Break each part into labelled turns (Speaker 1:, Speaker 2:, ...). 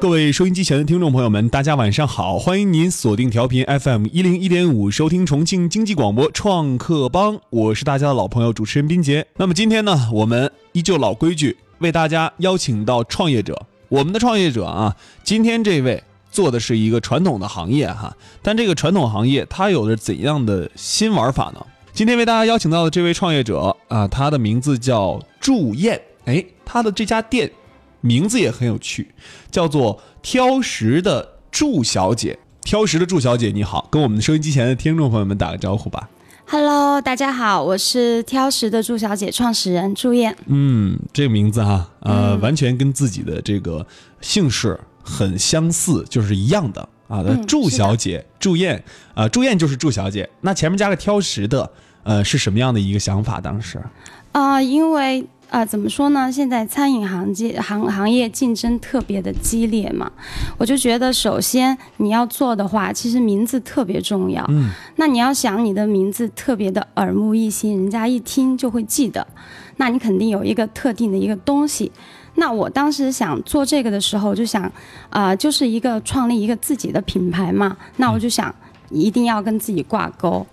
Speaker 1: 各位收音机前的听众朋友们，大家晚上好！欢迎您锁定调频 FM 一零一点五，收听重庆经济广播创客帮，我是大家的老朋友主持人斌杰。那么今天呢，我们依旧老规矩，为大家邀请到创业者。我们的创业者啊，今天这位做的是一个传统的行业哈，但这个传统行业它有着怎样的新玩法呢？今天为大家邀请到的这位创业者啊，他的名字叫祝燕，哎，他的这家店名字也很有趣，叫做“挑食的祝小姐”。挑食的祝小姐，你好，跟我们收音机前的听众朋友们打个招呼吧。
Speaker 2: Hello，大家好，我是挑食的祝小姐创始人祝燕。
Speaker 1: 嗯，这个名字哈，呃，
Speaker 2: 嗯
Speaker 1: 完全跟自己的这个姓氏很相似，就是一样的啊。那
Speaker 2: 嗯
Speaker 1: 祝
Speaker 2: 是的
Speaker 1: 小姐、祝燕啊、呃祝燕就是祝小姐。那前面加个挑食的，呃，是什么样的一个想法？当时，
Speaker 2: 啊、因为啊、呃怎么说呢？现在餐饮行业行行业竞争特别的激烈嘛，我就觉得首先你要做的话，其实名字特别重要。
Speaker 1: 嗯，
Speaker 2: 那你要想你的名字特别的耳目一新，人家一听就会记得，那你肯定有一个特定的一个东西。那我当时想做这个的时候，我就想，啊、就是一个创立一个自己的品牌嘛，那我就想一定要跟自己挂钩，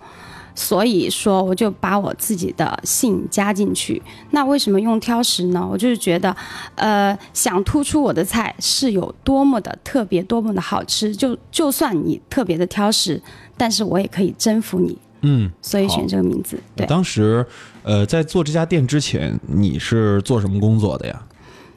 Speaker 2: 所以说我就把我自己的姓加进去。那为什么用挑食呢？我就是觉得，呃，想突出我的菜是有多么的特别，多么的好吃，就就算你特别的挑食，但是我也可以征服你，
Speaker 1: 嗯，
Speaker 2: 所以选这个名字。对，
Speaker 1: 当时，呃，在做这家店之前，你是做什么工作的呀？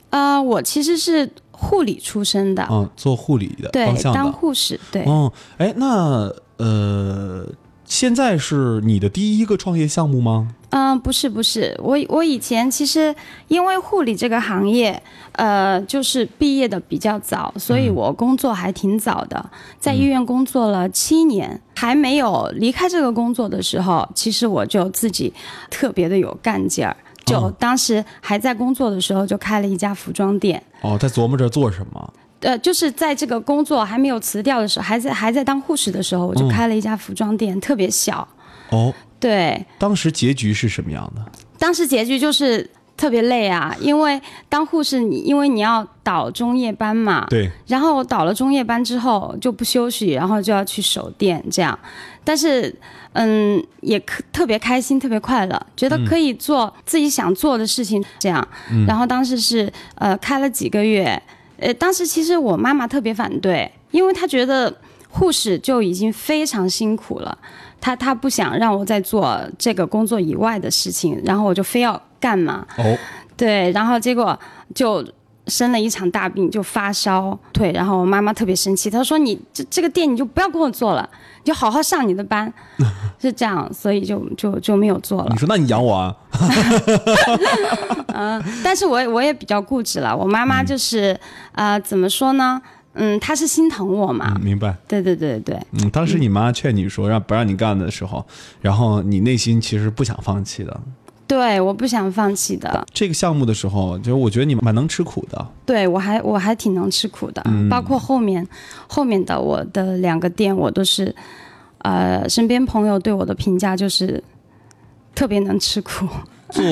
Speaker 2: 呃，我其实是护理出身的，
Speaker 1: 啊，做护理的
Speaker 2: 对
Speaker 1: 方，向
Speaker 2: 当
Speaker 1: 的。
Speaker 2: 护士，对，
Speaker 1: 哦，哎，那呃，现在是你的第一个创业项目吗？
Speaker 2: 嗯，不是不是，我我以前其实因为护理这个行业，呃，就是毕业的比较早，所
Speaker 1: 嗯
Speaker 2: 以我工作还挺早的，在医院工作了七年，还没有离开这个工作的时候，其实我就自己特别的有干劲儿，就
Speaker 1: 哦
Speaker 2: 当时还在工作的时候就开了一家服装店，
Speaker 1: 哦，在琢磨着做什么。
Speaker 2: 呃，就是在这个工作还没有辞掉的时候，还在还在当护士的时候，我就
Speaker 1: 嗯
Speaker 2: 开了一家服装店，特别小，
Speaker 1: 哦，
Speaker 2: 对，
Speaker 1: 当时结局是什么样的？
Speaker 2: 当时结局就是特别累啊，因为当护士你因为你要倒中夜班嘛，
Speaker 1: 对，
Speaker 2: 然后我倒了中夜班之后就不休息，然后就要去守店这样，但是嗯也可特别开心，特别快乐，觉得可以做自己想做的事情这样，然后当时是呃开了几个月，呃当时其实我妈妈特别反对，因为她觉得护士就已经非常辛苦了。她她不想让我再做这个工作以外的事情，然后我就非要干嘛，
Speaker 1: 哦，
Speaker 2: 对，然后结果就生了一场大病，就发烧。对，然后我妈妈特别生气，她说：“你这这个店你就不要跟我做了，你就好好上你的班。”是这样，所以就就就没有做了
Speaker 1: 你。说那你养我啊？
Speaker 2: 但是我也我也比较固执了，我妈妈就是、呃，怎么说呢？嗯，她是心疼我嘛。
Speaker 1: 嗯明白。
Speaker 2: 对对对对
Speaker 1: 嗯，当时你妈劝你说让不让你干的时候，然后你内心其实不想放弃的。
Speaker 2: 对，我不想放弃的。
Speaker 1: 这个项目的时候，就是我觉得你蛮能吃苦的。
Speaker 2: 对我还我还挺能吃苦的，包括后面后面的我的两个店，我都是，呃，身边朋友对我的评价就是特别能吃苦。
Speaker 1: 做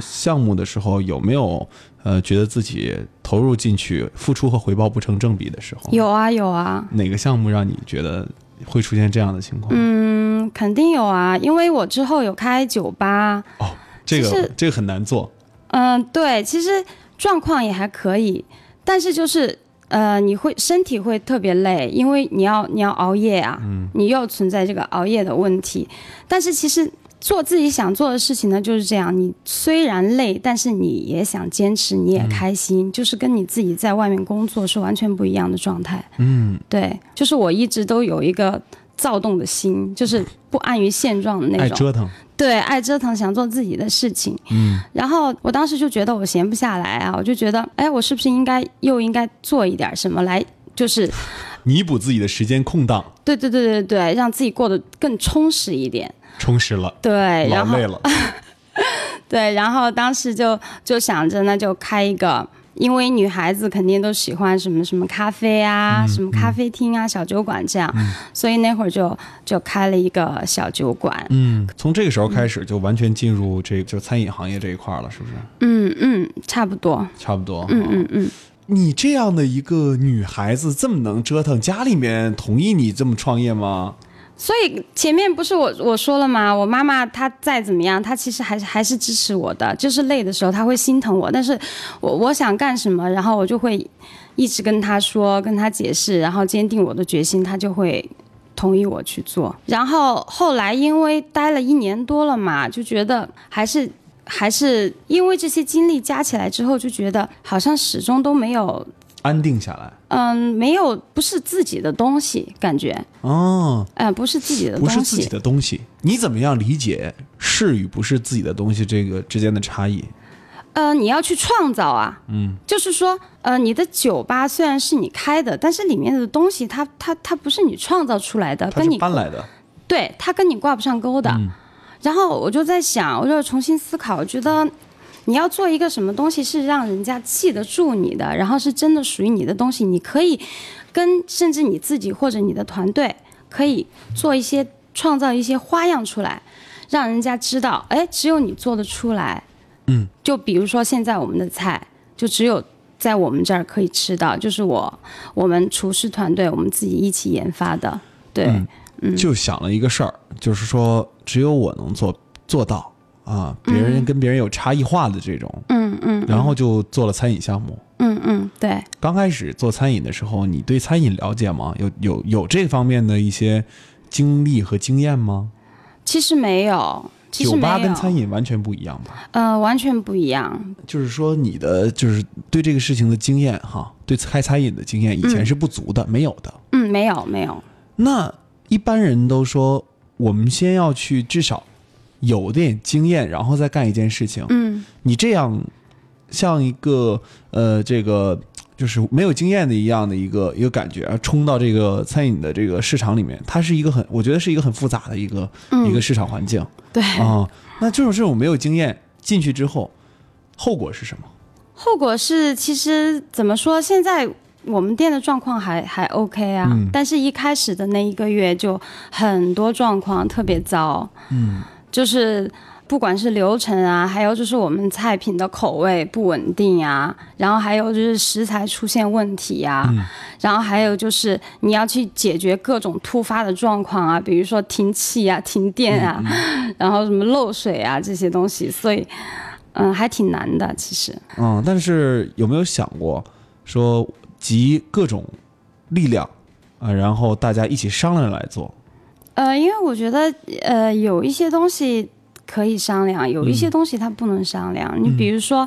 Speaker 1: 项目的时候有没有呃觉得自己投入进去，付出和回报不成正比的时候？
Speaker 2: 有啊有啊，
Speaker 1: 哪个项目让你觉得会出现这样的情况？
Speaker 2: 嗯，肯定有啊，因为我之后有开酒吧，
Speaker 1: 哦，这
Speaker 2: 其
Speaker 1: 个
Speaker 2: 实
Speaker 1: 这个很难做。
Speaker 2: 嗯，对，其实状况也还可以，但是就是呃，你会身体会特别累，因为你要你要熬夜啊，你又存在这个熬夜的问题。但是其实做自己想做的事情呢，就是这样，你虽然累，但是你也想坚持，你也开心，就是跟你自己在外面工作是完全不一样的状态。
Speaker 1: 嗯，
Speaker 2: 对，就是我一直都有一个躁动的心，就是不安于现状的那
Speaker 1: 爱
Speaker 2: 种。
Speaker 1: 折腾。
Speaker 2: 对，爱折腾，想做自己的事情。
Speaker 1: 嗯，
Speaker 2: 然后我当时就觉得我闲不下来啊，我就觉得，哎，我是不是应该又应该做一点什么来，就是，
Speaker 1: 弥补自己的时间空档，
Speaker 2: 对对对对对，让自己过得更充实一点。
Speaker 1: 充实了，
Speaker 2: 对，哎然
Speaker 1: 劳
Speaker 2: 后
Speaker 1: 累 了。
Speaker 2: 对，然后当时就就想着，那就开一个。因为女孩子肯定都喜欢什么什么咖啡
Speaker 1: 嗯
Speaker 2: 啊，什么咖啡厅啊、小酒馆这样，所以那会儿就就开了一个小酒馆。
Speaker 1: 嗯，从这个时候开始就完全进入这就餐饮行业这一块了，是不是？
Speaker 2: 嗯嗯，差不多。
Speaker 1: 差不多。
Speaker 2: 嗯嗯嗯，
Speaker 1: 你这样的一个女孩子这么能折腾，家里面同意你这么创业吗？
Speaker 2: 所以前面不是我我说了吗？我妈妈她再怎么样，她其实还是还是支持我的，就是累的时候她会心疼我，但是我我想干什么，然后我就会一直跟她说，跟她解释，然后坚定我的决心，她就会同意我去做。然后后来因为待了一年多了嘛，就觉得还是。还是因为这些经历加起来之后，就觉得好像始终都没有，
Speaker 1: 安定下来
Speaker 2: 嗯，没有不是自己的东西，感觉，
Speaker 1: 哦，
Speaker 2: 嗯、不是自己的
Speaker 1: 不
Speaker 2: 东西，
Speaker 1: 是自己的东西，你怎么样理解是与不是自己的东西这个之间的差异？
Speaker 2: 呃，你要去创造啊，嗯，就是说，呃，你的酒吧虽然是你开的，但是里面的东西它它它不是你创造出来的，
Speaker 1: 它
Speaker 2: 跟
Speaker 1: 是
Speaker 2: 你
Speaker 1: 搬来的，
Speaker 2: 对它跟你挂不上钩的。然后我就在想，我就重新思考，我觉得你要做一个什么东西是让人家记得住你的，然后是真的属于你的东西，你可以跟甚至你自己或者你的团队可以做一些创造一些花样出来，让人家知道，哎，只有你做得出来。嗯，就比如说现在我们的菜，就只有。在我们这儿可以吃到，就是我我们厨师团队我们自己一起研发的，对，
Speaker 1: 就想了一个事儿，就是说只有我能做做到啊，别人跟别人有差异化的这种，
Speaker 2: 嗯嗯
Speaker 1: 然后就做了餐饮项目。
Speaker 2: 嗯嗯，对，
Speaker 1: 刚开始做餐饮的时候，你对餐饮了解吗？有有有这方面的一些经历和经验吗？
Speaker 2: 其实没有，其实
Speaker 1: 酒
Speaker 2: 没
Speaker 1: 吧
Speaker 2: 有，
Speaker 1: 跟餐饮完全不一样吧？
Speaker 2: 呃完全不一样。
Speaker 1: 就是说你的就是对这个事情的经验哈，对开餐饮的经验以前是不足的，没有的。
Speaker 2: 嗯，没有没有，
Speaker 1: 那一般人都说，我们先要去至少有点经验，然后再干一件事情。
Speaker 2: 嗯
Speaker 1: 你这样像一个呃，这个就是没有经验的一样的一个一个感觉，冲到这个餐饮的这个市场里面，它是一个很，我觉得是一个很复杂的一个、
Speaker 2: 嗯，哎
Speaker 1: 一个市场环境啊、
Speaker 2: 对、
Speaker 1: 那这种这种没有经验进去之后，后果是什么？
Speaker 2: 后果是，其实怎么说，现在我们店的状况还还 OK 啊、
Speaker 1: 嗯
Speaker 2: 但是一开始的那一个月就很多状况特别糟，嗯，就是。不管是流程啊，还有就是我们菜品的口味不稳定啊，然后还有就是食材出现问题呀、然后还有就是你要去解决各种突发的状况啊，比如说停气啊、停电啊，然后什么漏水啊这些东西，所以嗯，还挺难的其实。
Speaker 1: 嗯，但是有没有想过说集各种力量啊、然后大家一起商量来做？
Speaker 2: 呃，因为我觉得，呃，有一些东西可以商量，有一些东西它不能商量。你比如说，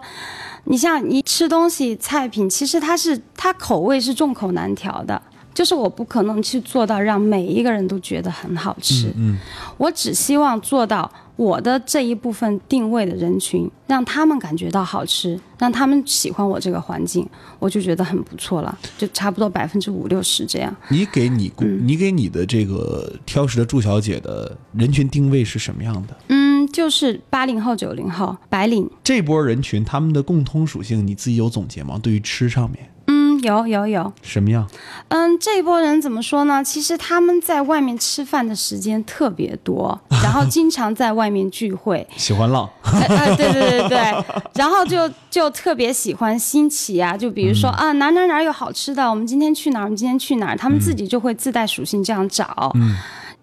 Speaker 2: 你像你吃东西菜品，其实它是它口味是众口难调的，就是我不可能去做到让每一个人都觉得很好吃。
Speaker 1: 嗯
Speaker 2: 我只希望做到我的这一部分定位的人群，让他们感觉到好吃，让他们喜欢我这个环境，我就觉得很不错了，就差不多百分之五六十这样。
Speaker 1: 你给你顾你给你的这个挑食的祝小姐的人群定位是什么样的？
Speaker 2: 嗯，就是八零后、九零后白领。
Speaker 1: 这波人群他们的共通属性，你自己有总结吗？对于吃上面
Speaker 2: 嗯，有有有，
Speaker 1: 什么样？，
Speaker 2: 嗯，这一波人怎么说呢？其实他们在外面吃饭的时间特别多，然后经常在外面聚会
Speaker 1: 喜欢浪，
Speaker 2: 哎哎对对对对，然后就就特别喜欢新奇啊，就比如说、啊哪哪哪有好吃的，我们今天去哪儿，我们今天去哪儿，他们自己就会自带属性这样找。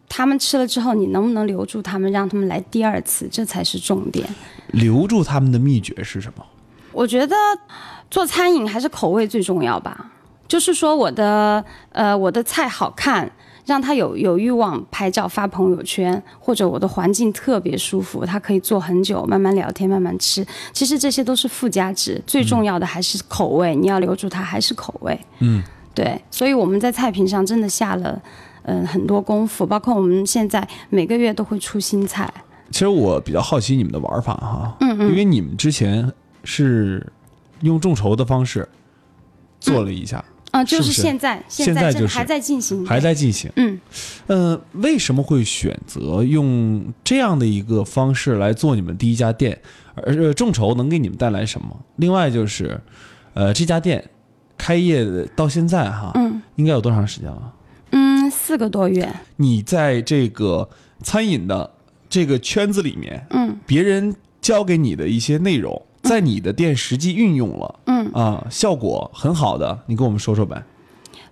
Speaker 2: 他们吃了之后，你能不能留住他们，让他们来第二次，这才是重点。
Speaker 1: 留住他们的秘诀是什么？
Speaker 2: 我觉得做餐饮还是口味最重要吧。就是说我的呃我的菜好看，让他有有欲望拍照发朋友圈，或者我的环境特别舒服，他可以坐很久，慢慢聊天，慢慢吃。其实这些都是附加值，最重要的还是口味，你要留住它还是口味。
Speaker 1: 嗯，
Speaker 2: 对，所以我们在菜品上真的下了。嗯，很多功夫，包括我们现在每个月都会出新菜。
Speaker 1: 其实我比较好奇你们的玩法哈，嗯嗯，因为你们之前是用众筹的方式做了一下，
Speaker 2: 啊、就
Speaker 1: 不
Speaker 2: 是
Speaker 1: 是
Speaker 2: 现在，
Speaker 1: 现在
Speaker 2: 正
Speaker 1: 就是
Speaker 2: 还在进行，
Speaker 1: 还在进行。
Speaker 2: 嗯，
Speaker 1: 呃，为什么会选择用这样的一个方式来做你们第一家店？而呃众筹能给你们带来什么？另外就是，呃，这家店开业的到现在哈，
Speaker 2: 嗯
Speaker 1: 应该有多长时间了？
Speaker 2: 嗯，四个多月，
Speaker 1: 你在这个餐饮的这个圈子里面，
Speaker 2: 嗯，
Speaker 1: 别人教给你的一些内容，在你的店实际运用了
Speaker 2: 嗯，啊
Speaker 1: 啊，效果很好的，你跟我们说说呗。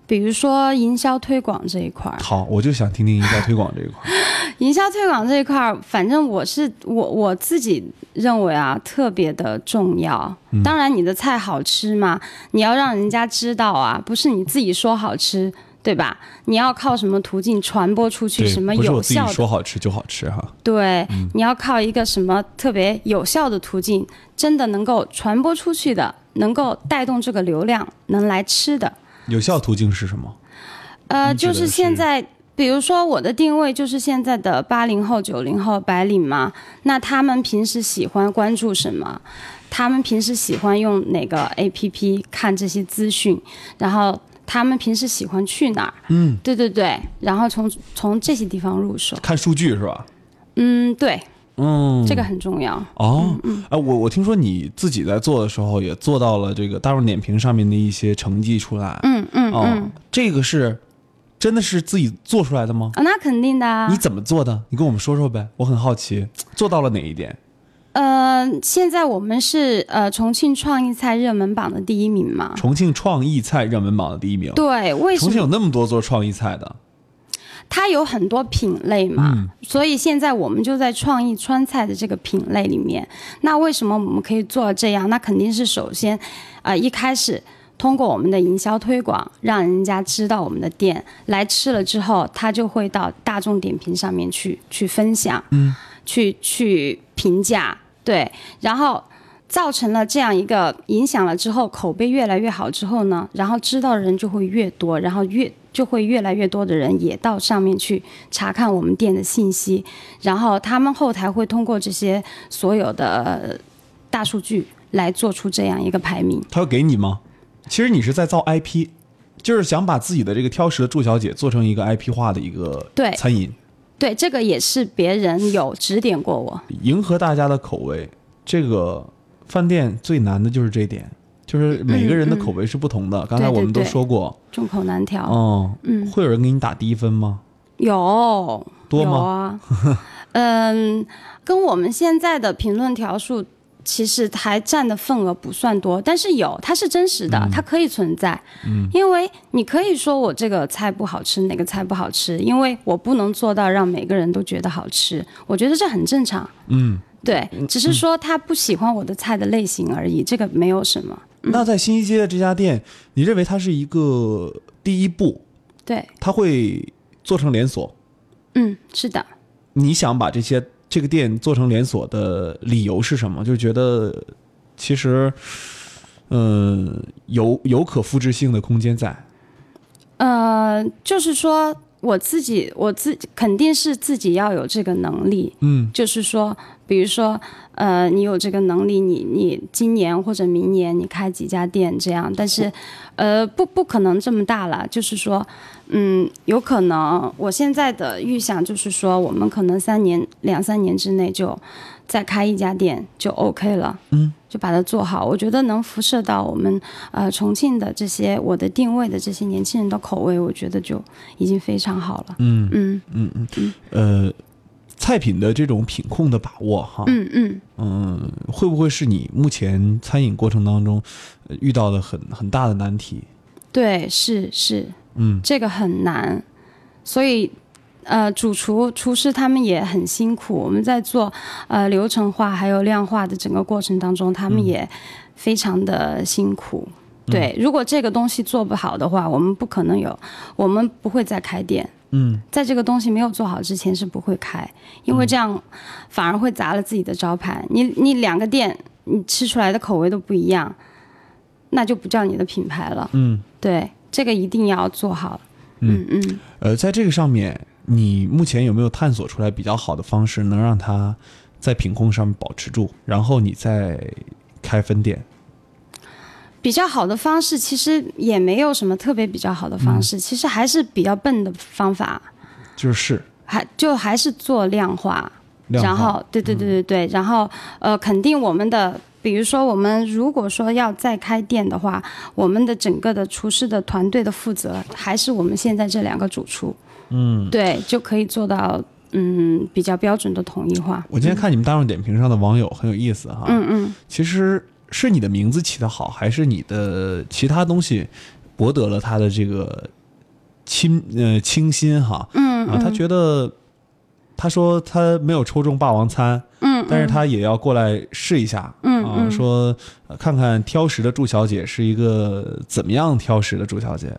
Speaker 2: 比如说营销推广这一块儿，
Speaker 1: 好，我就想听听营销推广这一块。
Speaker 2: 营销推广这一块儿，反正我是我我自己认为啊，特别的重要。
Speaker 1: 嗯
Speaker 2: 当然，你的菜好吃嘛，你要让人家知道啊，不是你自己说好吃，对吧？你要靠什么途径传播出去，
Speaker 1: 对
Speaker 2: 什么
Speaker 1: 不是
Speaker 2: 有
Speaker 1: 我自
Speaker 2: 效
Speaker 1: 己
Speaker 2: 的
Speaker 1: 说嗯好吃就好吃哈。
Speaker 2: 对，你要靠一个什么特别有效的途径，真的能够传播出去的，能够带动这个流量，能来吃的。
Speaker 1: 有效途径是什么？
Speaker 2: 呃，
Speaker 1: 你指
Speaker 2: 就
Speaker 1: 的
Speaker 2: 是现
Speaker 1: 是
Speaker 2: 在，比如说我的定位就是现在的八零后、九零后白领嘛，那他们平时喜欢关注什么？他们平时喜欢用哪个 APP 看这些资讯？然后他们平时喜欢去哪儿？嗯，对对对，然后从从这些地方入手。
Speaker 1: 看数据是吧？
Speaker 2: 嗯，对，
Speaker 1: 嗯，
Speaker 2: 这个很重要。
Speaker 1: 哦，
Speaker 2: 嗯
Speaker 1: 哎、我我听说你自己在做的时候也做到了这个大众点评上面的一些成绩出来。
Speaker 2: 嗯嗯
Speaker 1: 哦，
Speaker 2: 嗯，
Speaker 1: 这个是真的是自己做出来的吗？
Speaker 2: 啊，那肯定的啊。
Speaker 1: 你怎么做的？你跟我们说说呗，我很好奇，做到了哪一点？
Speaker 2: 呃，现在我们是呃重庆创意菜热门榜的第一名嘛？
Speaker 1: 重庆创意菜热门榜的第一名。
Speaker 2: 啊对，为
Speaker 1: 哦
Speaker 2: 什
Speaker 1: 重
Speaker 2: 么
Speaker 1: 庆有那么多做创意菜的，
Speaker 2: 它有很多品类嘛，所以现在我们就在创意川菜的这个品类里面。那为什么我们可以做到这样？那肯定是首先，呃，一开始通过我们的营销推广，让人家知道我们的店，来吃了之后，他就会到大众点评上面去去分享，嗯，去去评价，对，然后。造成了这样一个影响了之后，口碑越来越好之后呢，然后知道的人就会越多，然后越就会越来越多的人也到上面去查看我们店的信息，然后他们后台会通过这些所有的呃大数据来做出这样一个排名。
Speaker 1: 他要给你吗？其实你是在造 IP，就是想把自己的这个挑食的祝小姐做成一个 IP 化的一个
Speaker 2: 对
Speaker 1: 餐饮，
Speaker 2: 对，这个也是别人有指点过我。
Speaker 1: 迎合大家的口味。这个饭店最难的就是这一点，就是每个人的口味是不同
Speaker 2: 嗯
Speaker 1: 的。刚才我们都说过，
Speaker 2: 众口难调，
Speaker 1: 哦，嗯，会有人给你打低分吗？
Speaker 2: 有
Speaker 1: 多
Speaker 2: 有
Speaker 1: 吗？
Speaker 2: 啊， 嗯，跟我们现在的评论条数其实还占的份额不算多，但是有，它是真实的，它可以存在。嗯，因为你可以说我这个菜不好吃，哪个菜不好吃，因为我不能做到让每个人都觉得好吃，我觉得这很正常。
Speaker 1: 嗯，
Speaker 2: 对，只是说他不喜欢我的菜的类型而已，这个没有什么。
Speaker 1: 那在新一街的这家店，你认为它是一个第一步，
Speaker 2: 对，
Speaker 1: 它会做成连锁？
Speaker 2: 嗯，是的。
Speaker 1: 你想把这些这个店做成连锁的理由是什么？就觉得其实，呃，有有可复制性的空间在。
Speaker 2: 呃，就是说我自己，我自己肯定是自己要有这个能力。
Speaker 1: 嗯，
Speaker 2: 就是说，比如说，呃，你有这个能力，你你今年或者明年你开几家店这样，但是，呃，不不可能这么大了。就是说，嗯，有可能我现在的预想就是说，我们可能三年两三年之内就再开一家店就 OK 了。
Speaker 1: 嗯。
Speaker 2: 就把它做好，我觉得能辐射到我们呃重庆的这些我的定位的这些年轻人的口味，我觉得就已经非常好了。
Speaker 1: 嗯
Speaker 2: 嗯
Speaker 1: 嗯嗯，呃，菜品的这种品控的把握哈，
Speaker 2: 嗯嗯，
Speaker 1: 嗯，会不会是你目前餐饮过程当中呃遇到的很很大的难题？
Speaker 2: 对，是是，
Speaker 1: 嗯，
Speaker 2: 这个很难，所以。呃，主厨、厨师他们也很辛苦。我们在做呃流程化还有量化的整个过程当中，他们也非常的辛苦。对，如果这个东西做不好的话，我们不可能有，我们不会再开店。
Speaker 1: 嗯，
Speaker 2: 在这个东西没有做好之前是不会开，因为这样反而会砸了自己的招牌。你你两个店，你吃出来的口味都不一样，那就不叫你的品牌了。
Speaker 1: 嗯，
Speaker 2: 对，这个一定要做好。嗯嗯，
Speaker 1: 呃，在这个上面，你目前有没有探索出来比较好的方式，能让它在品控上面保持住，然后你再开分店？
Speaker 2: 比较好的方式其实也没有什么特别比较好的方式，其实还是比较笨的方法，
Speaker 1: 就是
Speaker 2: 还就还是做量化。
Speaker 1: 量
Speaker 2: 然
Speaker 1: 化嗯
Speaker 2: 后，对对对对对，然后呃，肯定我们的，比如说我们如果说要再开店的话，我们的整个的厨师的团队的负责还是我们现在这两个主厨，嗯，对，就可以做到嗯比较标准的统一化。
Speaker 1: 我今天看你们大众点评上的网友很有意思哈，
Speaker 2: 嗯嗯，
Speaker 1: 其实是你的名字起得好，还是你的其他东西博得了他的这个亲呃倾心哈？
Speaker 2: 嗯
Speaker 1: 啊，他觉得他说他没有抽中霸王餐，
Speaker 2: 嗯，
Speaker 1: 但是他也要过来试一下，
Speaker 2: 嗯
Speaker 1: 啊，
Speaker 2: 嗯
Speaker 1: 说呃看看挑食的祝小姐是一个怎么样挑食的祝小姐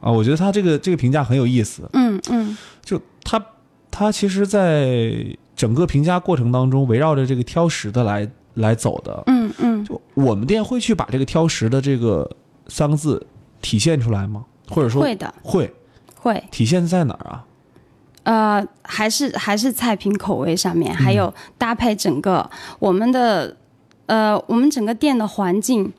Speaker 1: 啊，我觉得他这个这个评价很有意思，
Speaker 2: 嗯嗯
Speaker 1: 就他他其实，在整个评价过程当中，围绕着这个挑食的来来走的，
Speaker 2: 嗯嗯
Speaker 1: 就我们店会去把这个挑食的这个三个字体现出来吗？或者
Speaker 2: 嗯，
Speaker 1: 说
Speaker 2: 会的
Speaker 1: 会
Speaker 2: 会。
Speaker 1: 体现在哪儿啊？
Speaker 2: 呃，还是还是菜品口味上
Speaker 1: 嗯
Speaker 2: 面，还有搭配整个我们的呃，我们整个店的环境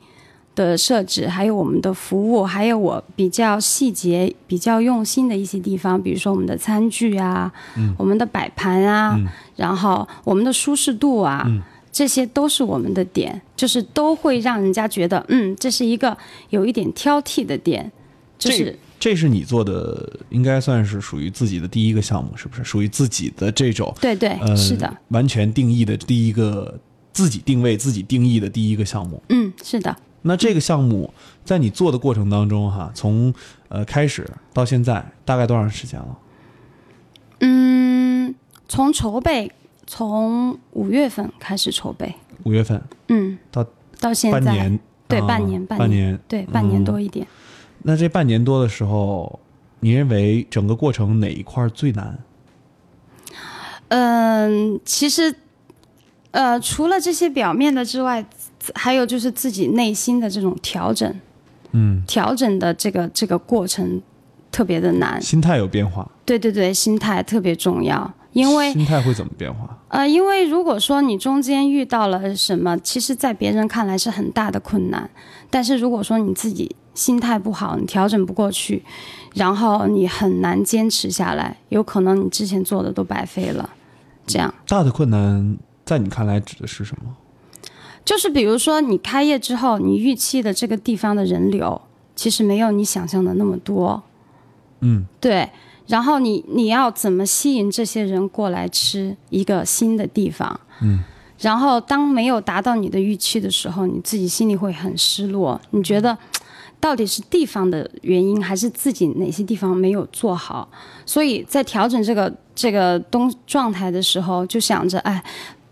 Speaker 2: 的设置，还有我们的服务，还有我比较细节、比较用心的一些地方，比如说我们的餐具啊，
Speaker 1: 嗯
Speaker 2: 我们的摆盘啊，然后我们的舒适度啊。
Speaker 1: 嗯
Speaker 2: 这些都是我们的点，就是都会让人家觉得，嗯，这是一个有一点挑剔的店，就是
Speaker 1: 这是你做的，应该算是属于自己的第一个项目，是不是？属于自己的这种，
Speaker 2: 对对，
Speaker 1: 呃，
Speaker 2: 是的，，
Speaker 1: 完全定义的第一个自己定位、自己定义的第一个项目。
Speaker 2: 嗯，是的，
Speaker 1: 那这个项目在你做的过程当中，哈，从呃开始到现在，大概多长时间了？
Speaker 2: 嗯，从筹备，从五月份开始筹备，
Speaker 1: 五月份，
Speaker 2: 嗯，
Speaker 1: 到
Speaker 2: 到现在
Speaker 1: 半年，
Speaker 2: 对
Speaker 1: 啊
Speaker 2: 半年半
Speaker 1: 半
Speaker 2: 年
Speaker 1: 年。
Speaker 2: 对半年多一点。
Speaker 1: 那这半年多的时候，你认为整个过程哪一块儿最难？
Speaker 2: 嗯，其实，呃，除了这些表面的之外，自还有就是自己内心的这种调整，
Speaker 1: 嗯，
Speaker 2: 调整的这个这个过程特别的难。
Speaker 1: 心态有变化，
Speaker 2: 对对对，心态特别重要，因为
Speaker 1: 心态会怎么变化？
Speaker 2: 呃，因为如果说你中间遇到了什么，其实，在别人看来是很大的困难，但是如果说你自己心态不好，你调整不过去，然后你很难坚持下来，有可能你之前做的都白费了。这样，
Speaker 1: 大的困难在你看来指的是什么？
Speaker 2: 就是比如说你开业之后，你预期的这个地方的人流，其实没有你想象的那么多。
Speaker 1: 嗯，
Speaker 2: 对，然后你你要怎么吸引这些人过来吃一个新的地方？
Speaker 1: 嗯，
Speaker 2: 然后当没有达到你的预期的时候，你自己心里会很失落，你觉得。到底是地方的原因，还是自己哪些地方没有做好？所以在调整这个这个东状态的时候，就想着，哎，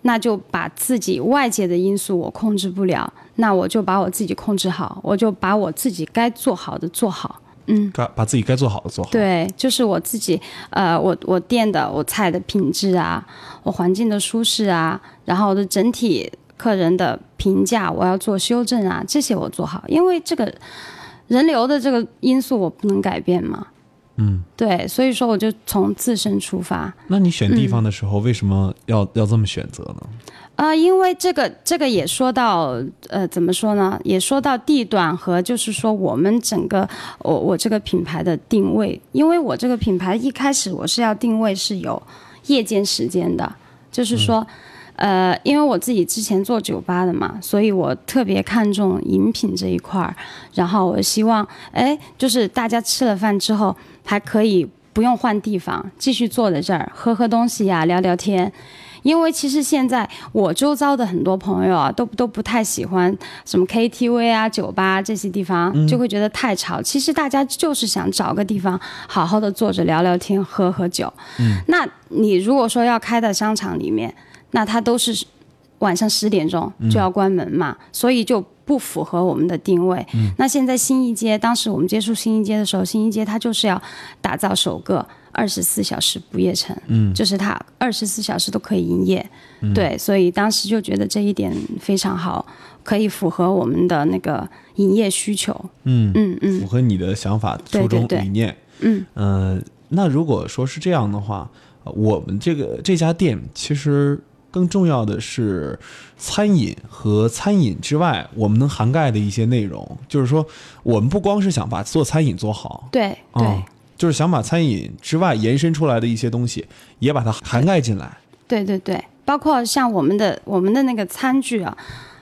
Speaker 2: 那就把自己外界的因素我控制不了，那我就把我自己控制好，我就把我自己该做好的做好。嗯，
Speaker 1: 该把自己该做好的做好。，
Speaker 2: 对，就是我自己，呃，我我店的我菜的品质啊，我环境的舒适啊，然后我的整体客人的评价，我要做修正啊，这些我做好，因为这个人流的这个因素我不能改变嘛。
Speaker 1: 嗯，
Speaker 2: 对，所以说我就从自身出发，
Speaker 1: 那你选
Speaker 2: 嗯
Speaker 1: 地方的时候，为什么要、要这么选择呢？
Speaker 2: 啊、因为这个这个也说到，呃，怎么说呢？也说到地段和就是说我们整个我我这个品牌的定位，因为我这个品牌一开始我是要定位是有夜间时间的，就是说，呃，因为我自己之前做酒吧的嘛，所以我特别看重饮品这一块儿，然后我希望，哎，就是大家吃了饭之后还可以。不用换地方，继续坐在这儿喝喝东西呀、聊聊天，因为其实现在我周遭的很多朋友啊，都都不太喜欢什么 KTV 啊、酒吧这些地方，就会觉得太吵。其实大家就是想找个地方好好的坐着聊聊天、喝喝酒。嗯，那你如果说要开到商场里面，那它都是晚上十点钟
Speaker 1: 嗯
Speaker 2: 就要关门嘛，所以就。不符合我们的定位。
Speaker 1: 嗯
Speaker 2: 那现在新一街，当时我们接触新一街的时候，新一街它就是要打造首个二十四小时不夜城，
Speaker 1: 嗯
Speaker 2: 就是它二十四小时都可以营业。对，所以当时就觉得这一点非常好，可以符合我们的那个营业需求。
Speaker 1: 嗯，
Speaker 2: 嗯嗯
Speaker 1: 符合你的想法、
Speaker 2: 对
Speaker 1: 初衷、
Speaker 2: 对对
Speaker 1: 理念。
Speaker 2: 嗯
Speaker 1: 嗯，那如果说是这样的话，呃我们这个这家店其实更重要的是餐饮和餐饮之外，我们能涵盖的一些内容，就是说我们不光是想把做餐饮做好，
Speaker 2: 对对、
Speaker 1: 嗯就是想把餐饮之外延伸出来的一些东西也把它涵盖进来。
Speaker 2: 对对对，包括像我们的我们的那个餐具啊，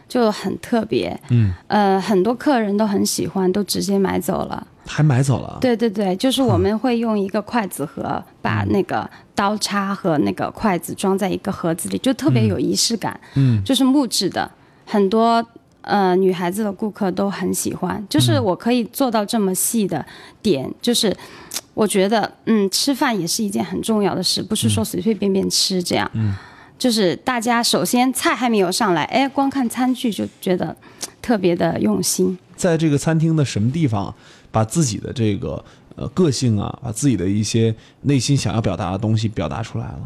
Speaker 2: 就很特别，
Speaker 1: 嗯，
Speaker 2: 呃，很多客人都很喜欢，都直接买走了。
Speaker 1: 还买走了啊，
Speaker 2: 对对对，就是我们会用一个筷子盒把那个刀叉和那个筷子装在一个盒子里，就特别有仪式感，
Speaker 1: 嗯，
Speaker 2: 就是木质的，很多呃女孩子的顾客都很喜欢。就是我可以做到这么细的点，就是嘖我觉得嗯，吃饭也是一件很重要的事，不是说随随便便吃这样，嗯，就是大家首先菜还没有上来，哎，光看餐具就觉得嘖特别的用心。
Speaker 1: 在这个餐厅的什么地方，把自己的这个呃个性啊，把自己的一些内心想要表达的东西表达出来了。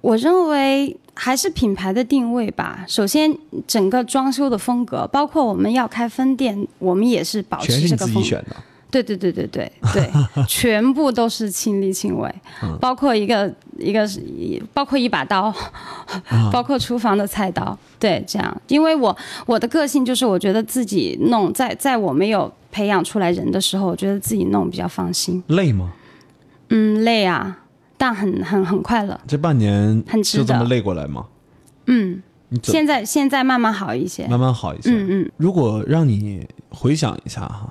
Speaker 2: 我认为还是品牌的定位吧。首先，整个装修的风格，包括我们要开分店，我们也是保
Speaker 1: 全
Speaker 2: 持
Speaker 1: 是
Speaker 2: 这
Speaker 1: 你
Speaker 2: 个
Speaker 1: 自
Speaker 2: 风
Speaker 1: 己
Speaker 2: 格。
Speaker 1: 选的，
Speaker 2: 对对对对对对， 全部都是亲力 亲为，
Speaker 1: 嗯
Speaker 2: 包括一个一个是包括一把刀，
Speaker 1: 嗯
Speaker 2: 包括厨房的菜刀。对，这样，因为我我的个性就是，我觉得自己弄，在在我没有培养出来人的时候，我觉得自己弄比较放心。
Speaker 1: 累吗？
Speaker 2: 嗯，累啊，但很很很快乐。
Speaker 1: 这半年
Speaker 2: 很值
Speaker 1: 就
Speaker 2: 得
Speaker 1: 这么累过来吗？
Speaker 2: 嗯，
Speaker 1: 你怎
Speaker 2: 现在现在慢慢好一些。
Speaker 1: 慢慢好一些？
Speaker 2: 嗯嗯。
Speaker 1: 如果让你回想一下哈，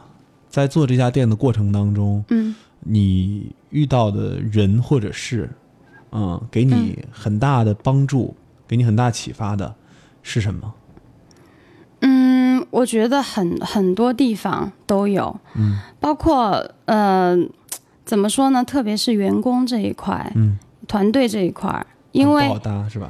Speaker 1: 在做这家店的过程当中，
Speaker 2: 嗯，
Speaker 1: 你遇到的人或者事，嗯，给你很大的帮助，给你很大启发的是什么？
Speaker 2: 嗯，我觉得很很多地方都有，嗯，包括呃，怎么说呢？特别是员工这一块，
Speaker 1: 嗯，
Speaker 2: 团队这一块儿，因为
Speaker 1: 很不好搭是吧？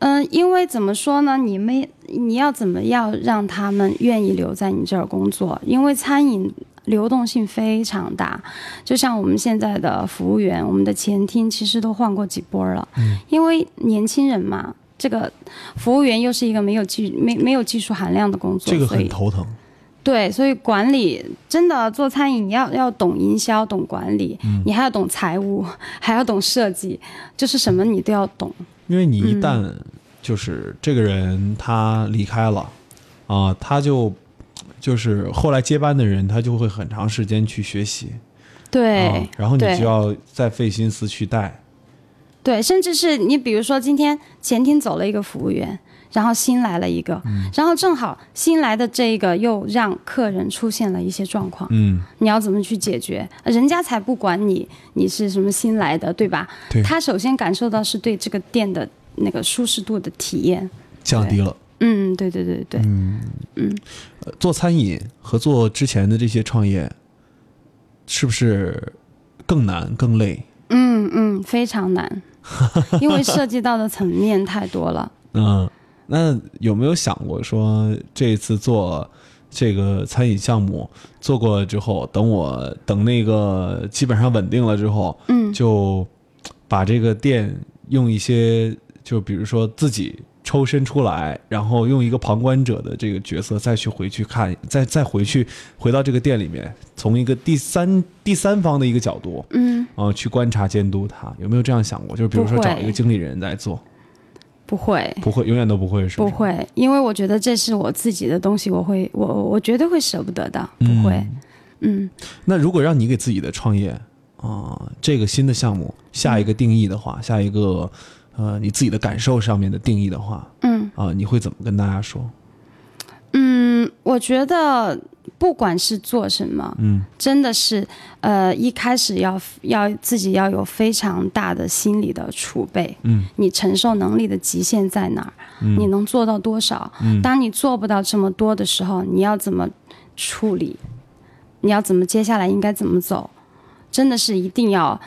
Speaker 2: 嗯、因为怎么说呢？你们你要怎么样让他们愿意留在你这儿工作？因为餐饮流动性非常大，就像我们现在的服务员，我们的前厅其实都换过几波了，
Speaker 1: 嗯
Speaker 2: 因为年轻人嘛。这个服务员又是一个没有技没没有技术含量的工作，
Speaker 1: 这个
Speaker 2: 所以
Speaker 1: 很头疼。
Speaker 2: 对，所以管理真的做餐饮，你要要懂营销，懂管理，
Speaker 1: 嗯
Speaker 2: 你还要懂财务，还要懂设计，就是什么你都要懂。
Speaker 1: 因为你一旦
Speaker 2: 嗯
Speaker 1: 就是这个人他离开了，啊、他就就是后来接班的人，他就会很长时间去学习，
Speaker 2: 对，
Speaker 1: 啊，然后你
Speaker 2: 对
Speaker 1: 就要再费心思去带，
Speaker 2: 对，甚至是你比如说今天前厅走了一个服务员，然后新来了一个，
Speaker 1: 嗯
Speaker 2: 然后正好新来的这个又让客人出现了一些状况，
Speaker 1: 嗯，
Speaker 2: 你要怎么去解决？人家才不管你你是什么新来的，对吧？
Speaker 1: 对
Speaker 2: 他首先感受到是对这个店的那个舒适度的体验。
Speaker 1: 降低了。
Speaker 2: 嗯，对对对对对。
Speaker 1: 呃做餐饮和做之前的这些创业，是不是更难更累？
Speaker 2: 嗯嗯，非常 难，因为涉及到的层面太多了。
Speaker 1: 嗯，那有没有想过说这次做这个餐饮项目做过之后，等我等那个基本上稳定了之后，
Speaker 2: 嗯
Speaker 1: 就把这个店用一些就比如说自己抽身出来，然后用一个旁观者的这个角色再去回去看，再再回去回到这个店里面，从一个第三第三方的一个角度。
Speaker 2: 嗯，
Speaker 1: 啊、去观察监督它，有没有这样想过？就是比如说
Speaker 2: 不会
Speaker 1: 找一个经理人来做，
Speaker 2: 不会
Speaker 1: 不会，永远都不会，是不
Speaker 2: 不
Speaker 1: 是？
Speaker 2: 会，因为我觉得这是我自己的东西，我会我我绝对会舍不得的，不会。嗯
Speaker 1: 那如果让你给自己的创业啊、这个新的项目下一个定义的话，下一个呃你自己的感受上面的定义的话
Speaker 2: 嗯
Speaker 1: 啊、你会怎么跟大家说？
Speaker 2: 嗯，我觉得不管是做什么，
Speaker 1: 嗯，
Speaker 2: 真的是呃一开始要要自己要有非常大的心理的储备，
Speaker 1: 嗯，
Speaker 2: 你承受能力的极限在哪儿？你能做到多少？
Speaker 1: 嗯
Speaker 2: 当你做不到这么多的时候，你要怎么处理？你要怎么接下来应该怎么走？真的是一定要，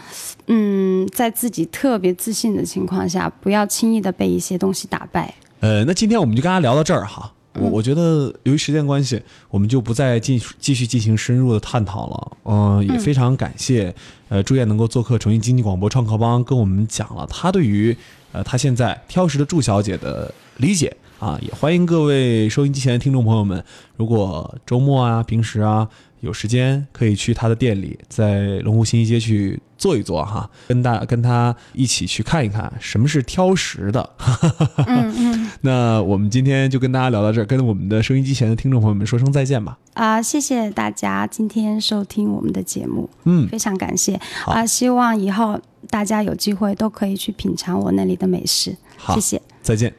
Speaker 2: 嗯，在自己特别自信的情况下，不要轻易的被一些东西打败。
Speaker 1: 呃，那今天我们就跟大家聊到这儿哈。我我觉得由于时间关系，我们就不再进继续进行深入的探讨了。嗯、也非常感谢呃朱燕能够做客重庆经济广播创客帮，跟我们讲了她对于呃她现在挑食的祝小姐的理解啊。也欢迎各位收音机前的听众朋友们，如果周末啊、平时啊有时间，可以去她的店里，在龙湖新一街去坐一坐哈，跟大跟她一起去看一看什么是挑食的。
Speaker 2: 嗯嗯
Speaker 1: 那我们今天就跟大家聊到这儿，跟我们的收音机前的听众朋友们说声再见吧。
Speaker 2: 啊、谢谢大家今天收听我们的节目。
Speaker 1: 嗯，
Speaker 2: 非常感谢
Speaker 1: 好
Speaker 2: 啊、希望以后大家有机会都可以去品尝我那里的美食。
Speaker 1: 好
Speaker 2: 谢谢。
Speaker 1: 再见。